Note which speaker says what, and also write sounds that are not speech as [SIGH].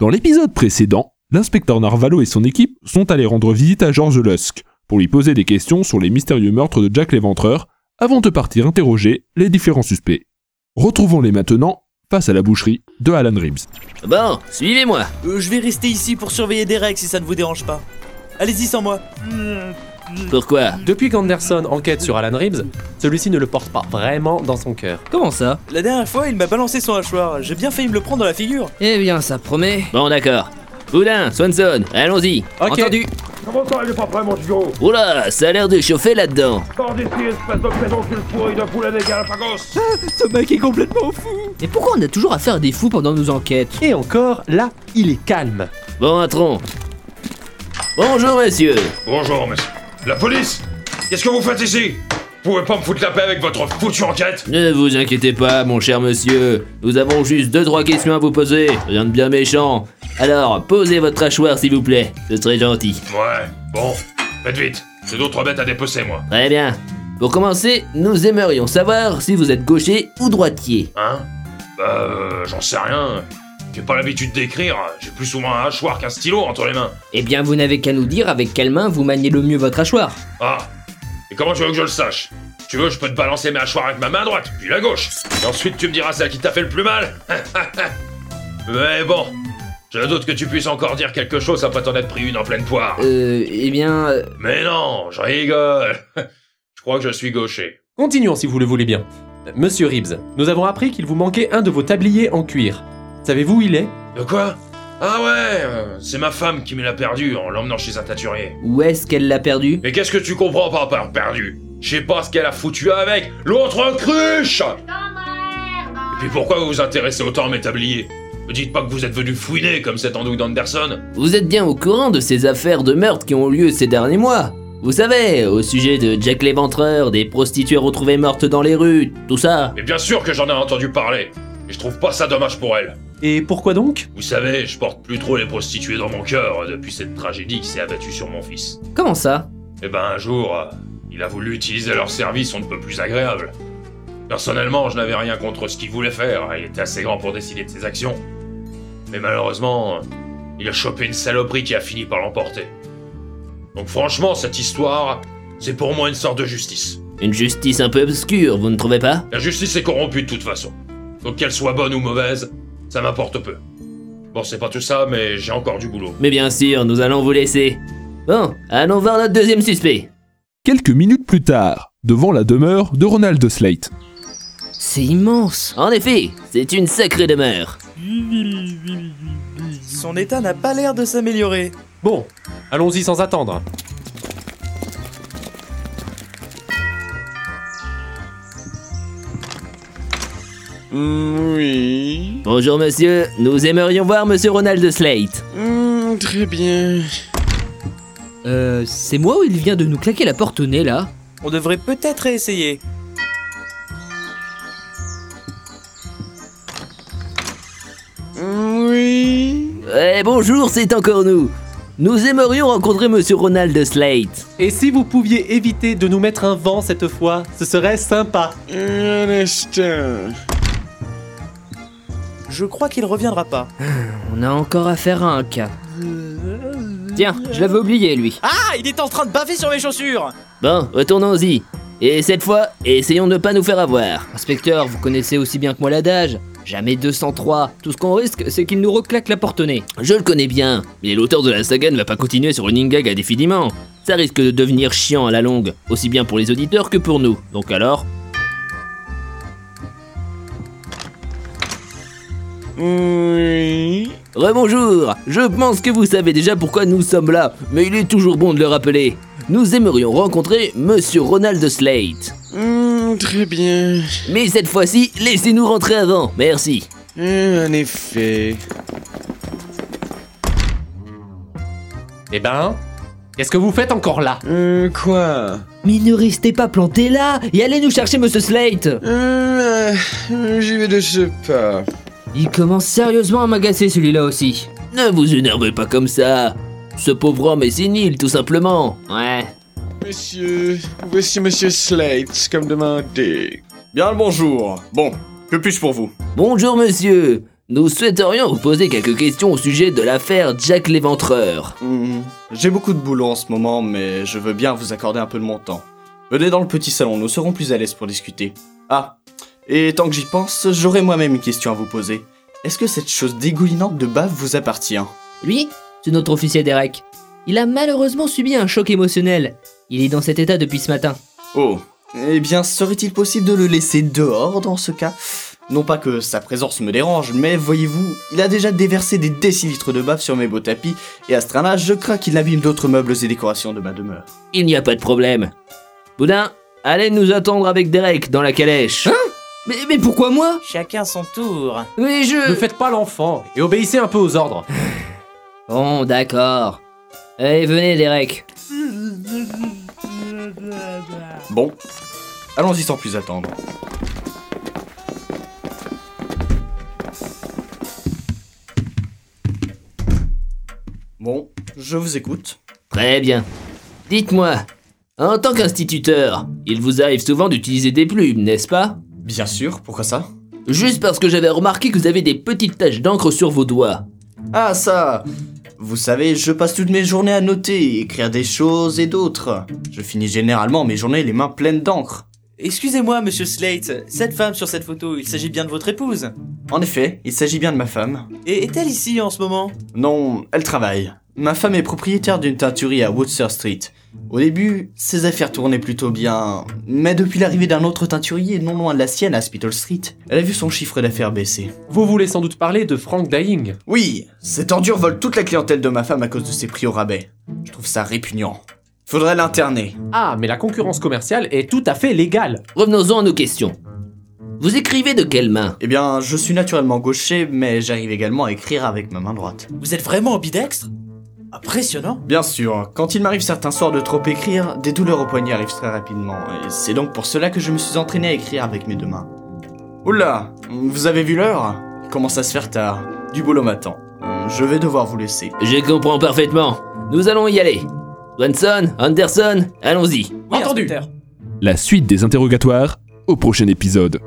Speaker 1: Dans l'épisode précédent, l'inspecteur Narvalo et son équipe sont allés rendre visite à George Lusk pour lui poser des questions sur les mystérieux meurtres de Jack l'Éventreur avant de partir interroger les différents suspects. Retrouvons-les maintenant face à la boucherie de Alan Reeves.
Speaker 2: Bon, suivez-moi.
Speaker 3: Euh, je vais rester ici pour surveiller Derek si ça ne vous dérange pas. Allez-y sans moi.
Speaker 2: Pourquoi
Speaker 4: Depuis qu'Anderson enquête sur Alan Reeves, celui-ci ne le porte pas vraiment dans son cœur.
Speaker 5: Comment ça
Speaker 3: La dernière fois, il m'a balancé son hachoir. J'ai bien failli me le prendre dans la figure.
Speaker 5: Eh bien, ça promet.
Speaker 2: Bon, d'accord. Boudin, Swanson, allons-y.
Speaker 4: Ok.
Speaker 2: Entendu.
Speaker 6: Comment ça, il est pas prêt, mon tuyau
Speaker 2: Oula, ça a l'air de chauffer là-dedans.
Speaker 6: Sors d'ici, espèce de pédoncule pourri de poulet des Galapagos
Speaker 4: Ce mec est complètement fou
Speaker 5: Mais pourquoi on a toujours affaire à des fous pendant nos enquêtes
Speaker 4: Et encore, là, il est calme.
Speaker 2: Bon, un tronc. Bonjour, monsieur.
Speaker 6: Bonjour, monsieur. La police Qu'est-ce que vous faites ici Vous pouvez pas me foutre la paix avec votre foutue enquête
Speaker 2: Ne vous inquiétez pas, mon cher monsieur. Nous avons juste deux trois questions à vous poser. Rien de bien méchant. Alors, posez votre hachoir, s'il vous plaît. Ce serait gentil.
Speaker 6: Ouais, bon, faites vite. J'ai d'autres bêtes à dépecer, moi.
Speaker 2: Très bien. Pour commencer, nous aimerions savoir si vous êtes gaucher ou droitier.
Speaker 6: Hein Bah, euh, j'en sais rien. J'ai pas l'habitude d'écrire. J'ai plus souvent un hachoir qu'un stylo entre les mains.
Speaker 5: Eh bien, vous n'avez qu'à nous dire avec quelle main vous maniez le mieux votre hachoir.
Speaker 6: Ah Et comment tu veux que je le sache Si Tu veux, je peux te balancer mes hachoirs avec ma main droite, puis la gauche. Et ensuite, tu me diras celle qui t'a fait le plus mal. [LAUGHS] Mais bon, je doute que tu puisses encore dire quelque chose après t'en être pris une en pleine poire.
Speaker 5: Euh, eh bien... euh,
Speaker 6: Mais non, je rigole. [LAUGHS] Je crois que je suis gaucher.
Speaker 4: Continuons si vous le voulez bien. Monsieur Reeves, nous avons appris qu'il vous manquait un de vos tabliers en cuir. Savez-vous où il est
Speaker 6: De quoi Ah ouais, euh, c'est ma femme qui me l'a perdu en l'emmenant chez un teinturier.
Speaker 5: Où est-ce qu'elle l'a perdu
Speaker 6: Mais qu'est-ce que tu comprends par par perdu Je sais pas ce qu'elle a foutu avec l'autre cruche Et puis pourquoi vous vous intéressez autant à mes tabliers Me dites pas que vous êtes venu fouiner comme cette andouille d'Anderson
Speaker 2: Vous êtes bien au courant de ces affaires de meurtre qui ont lieu ces derniers mois Vous savez, au sujet de Jack l'éventreur, des prostituées retrouvées mortes dans les rues, tout ça.
Speaker 6: Mais bien sûr que j'en ai entendu parler Et je trouve pas ça dommage pour elle
Speaker 4: Et pourquoi donc
Speaker 6: Vous savez, je porte plus trop les prostituées dans mon cœur depuis cette tragédie qui s'est abattue sur mon fils.
Speaker 5: Comment ça
Speaker 6: Eh ben un jour, euh, il a voulu utiliser leur service on ne peut plus agréable. Personnellement, je n'avais rien contre ce qu'il voulait faire, hein, il était assez grand pour décider de ses actions. Mais malheureusement, euh, il a chopé une saloperie qui a fini par l'emporter. Donc franchement, cette histoire, c'est pour moi une sorte de justice.
Speaker 2: Une justice un peu obscure, vous ne trouvez pas
Speaker 6: La justice est corrompue de toute façon. Donc qu'elle soit bonne ou mauvaise, ça m'importe peu. Bon, c'est pas tout ça, mais j'ai encore du boulot.
Speaker 2: Mais bien sûr, nous allons vous laisser. Bon, allons voir notre deuxième suspect.
Speaker 1: Quelques minutes plus tard, devant la demeure de Ronald Slate.
Speaker 5: C'est immense
Speaker 2: En effet, c'est une sacrée demeure.
Speaker 3: Son état n'a pas l'air de s'améliorer.
Speaker 4: Bon, allons-y sans attendre.
Speaker 7: Mm, oui.
Speaker 2: Bonjour monsieur, nous aimerions voir monsieur Ronald Slate.
Speaker 7: Mm, très bien.
Speaker 5: Euh, c'est moi ou il vient de nous claquer la porte au nez, là
Speaker 3: On devrait peut-être essayer.
Speaker 7: Mm, oui.
Speaker 2: Eh bonjour, c'est encore nous. Nous aimerions rencontrer monsieur Ronald Slate.
Speaker 4: Et si vous pouviez éviter de nous mettre un vent cette fois, ce serait sympa.
Speaker 7: Un instant.
Speaker 3: Je crois qu'il reviendra pas.
Speaker 5: On a encore affaire à un cas.
Speaker 7: Euh.
Speaker 5: Tiens, je l'avais oublié, lui.
Speaker 3: Ah, il est en train de baver sur mes chaussures
Speaker 2: Bon, retournons-y. Et cette fois, essayons de ne pas nous faire avoir.
Speaker 5: Inspecteur, vous connaissez aussi bien que moi l'adage. Jamais 203. Tout ce qu'on risque, c'est qu'il nous reclaque la porte au nez.
Speaker 2: Je le connais bien, mais l'auteur de la saga ne va pas continuer sur une ingag indéfiniment. Ça risque de devenir chiant à la longue, aussi bien pour les auditeurs que pour nous. Donc alors,
Speaker 7: Mm, Oui.
Speaker 2: rebonjour Je pense que vous savez déjà pourquoi nous sommes là, mais il est toujours bon de le rappeler. Nous aimerions rencontrer Monsieur Ronald Slate.
Speaker 7: Mm, très bien.
Speaker 2: Mais cette fois-ci, laissez-nous rentrer avant, merci.
Speaker 7: Euh, en effet.
Speaker 4: Eh ben, qu'est-ce que vous faites encore là
Speaker 7: Euh, quoi
Speaker 5: Mais ne restez pas plantés là et allez nous chercher Monsieur Slate
Speaker 7: Euh, euh, J'y vais de ce pas.
Speaker 5: Il commence sérieusement à m'agacer celui-là aussi.
Speaker 2: Ne vous énervez pas comme ça. Ce pauvre homme est sénile, tout simplement. Ouais.
Speaker 7: Monsieur, voici Monsieur Slate, comme demandé.
Speaker 8: Bien le bonjour. Bon, que puis-je pour vous
Speaker 2: Bonjour monsieur, Nous souhaiterions vous poser quelques questions au sujet de l'affaire Jack l'éventreur.
Speaker 8: Hmm, J'ai beaucoup de boulot en ce moment, mais je veux bien vous accorder un peu de mon temps. Venez dans le petit salon, nous serons plus à l'aise pour discuter. Ah, et tant que j'y pense, j'aurai moi-même une question à vous poser. Est-ce que cette chose dégoulinante de bave vous appartient
Speaker 5: Lui, c'est notre officier Derek. Il a malheureusement subi un choc émotionnel. Il est dans cet état depuis ce matin.
Speaker 8: Oh. Eh bien, serait-il possible de le laisser dehors dans ce cas Non pas que sa présence me dérange, mais voyez-vous, il a déjà déversé des décilitres de bave sur mes beaux tapis, et à ce train-là, je crains qu'il n'abîme d'autres meubles et décorations de ma demeure.
Speaker 2: Il n'y a pas de problème. Boudin, allez nous attendre avec Derek dans la calèche.
Speaker 5: Hein Mais, mais pourquoi moi
Speaker 3: Chacun son tour.
Speaker 5: Mais je...
Speaker 4: Ne faites pas l'enfant et obéissez un peu aux ordres.
Speaker 5: Bon, d'accord.
Speaker 2: Eh,
Speaker 5: Allez, venez Derek.
Speaker 8: Bon, allons-y sans plus attendre. Bon, je vous écoute.
Speaker 2: Très bien. Dites-moi, en tant qu'instituteur, il vous arrive souvent d'utiliser des plumes, n'est-ce pas
Speaker 8: Bien sûr, pourquoi ça
Speaker 2: Juste parce que j'avais remarqué que vous avez des petites taches d'encre sur vos doigts.
Speaker 8: Ah ça Vous savez, je passe toutes mes journées à noter, écrire des choses et d'autres. Je finis généralement mes journées les mains pleines d'encre.
Speaker 3: Excusez-moi, monsieur Slate, cette femme sur cette photo, il s'agit bien de votre épouse.
Speaker 8: En effet, il s'agit bien de ma femme.
Speaker 3: Et est-elle ici en ce moment
Speaker 8: Non, elle travaille. Ma femme est propriétaire d'une teinturie à Woodster Street. Au début, ses affaires tournaient plutôt bien, mais depuis l'arrivée d'un autre teinturier non loin de la sienne à Spittle Street, elle a vu son chiffre d'affaires baisser.
Speaker 4: Vous voulez sans doute parler de Frank Dying.
Speaker 8: Oui, cette ordure vole toute la clientèle de ma femme à cause de ses prix au rabais. Je trouve ça répugnant. Faudrait l'interner.
Speaker 4: Ah, mais la concurrence commerciale est tout à fait légale.
Speaker 2: Revenons-en à nos questions. Vous écrivez de quelle main
Speaker 8: Eh bien, je suis naturellement gaucher, mais j'arrive également à écrire avec ma main droite.
Speaker 3: Vous êtes vraiment ambidextre Impressionnant.
Speaker 8: Bien sûr, quand il m'arrive certains soirs de trop écrire, des douleurs au poignet arrivent très rapidement, et c'est donc pour cela que je me suis entraîné à écrire avec mes deux mains. Oula, vous avez vu l'heure Il commence à se faire tard. Du boulot m'attend. Je vais devoir vous laisser.
Speaker 2: Je comprends parfaitement. Nous allons y aller. Swanson, Anderson, allons-y.
Speaker 3: Oui,
Speaker 4: Entendu.
Speaker 3: inspecteur.
Speaker 1: La suite des interrogatoires au prochain épisode.